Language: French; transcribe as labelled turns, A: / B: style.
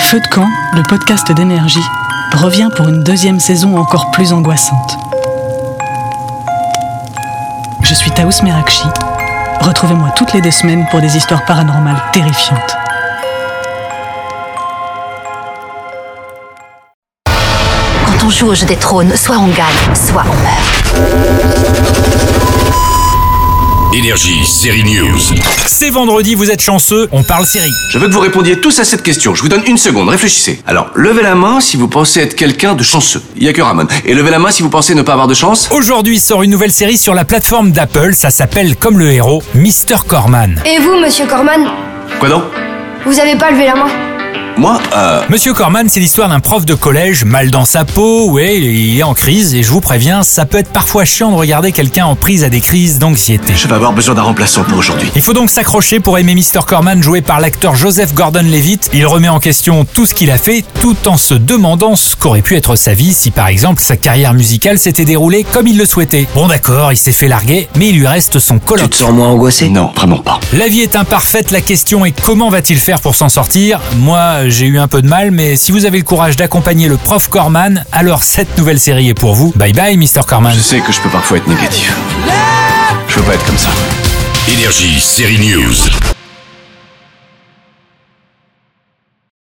A: Feu de camp, le podcast d'énergie, revient pour une deuxième saison encore plus angoissante. Je suis Taous Merakchi. Retrouvez-moi toutes les deux semaines pour des histoires paranormales terrifiantes.
B: Quand on joue au jeu des trônes, soit on gagne, soit on meurt.
C: Énergie, série news.
D: C'est vendredi, vous êtes chanceux, on parle série.
E: Je veux que vous répondiez tous à cette question. Je vous donne une seconde, réfléchissez. Alors, levez la main si vous pensez être quelqu'un de chanceux. Il n'y a que Ramon. Et levez la main si vous pensez ne pas avoir de chance.
D: Aujourd'hui sort une nouvelle série sur la plateforme d'Apple, ça s'appelle comme le héros, Mr. Corman.
F: Et vous, monsieur Corman,
E: Quoi donc
F: vous avez pas levé la main
E: Moi, euh...
D: Monsieur Corman, c'est l'histoire d'un prof de collège mal dans sa peau, ouais, il est en crise, et je vous préviens, ça peut être parfois chiant de regarder quelqu'un en prise à des crises d'anxiété.
E: Je vais avoir besoin d'un remplaçant pour aujourd'hui.
D: Il faut donc s'accrocher pour aimer Mr. Corman joué par l'acteur Joseph Gordon-Levitt. Il remet en question tout ce qu'il a fait tout en se demandant ce qu'aurait pu être sa vie si par exemple sa carrière musicale s'était déroulée comme il le souhaitait. Bon d'accord, il s'est fait larguer, mais il lui reste son
G: Tu
D: colloque.
G: te sens moins angoissé
E: Non, vraiment pas.
D: La vie est imparfaite, la question est comment va-t-il faire pour s'en sortir Moi, j'ai eu un peu de mal, mais si vous avez le courage d'accompagner le prof Corman, alors cette nouvelle série est pour vous. Bye bye, Mr. Corman.
E: Je sais que je peux parfois être négatif. Je veux pas être comme ça.
C: Énergie, série news.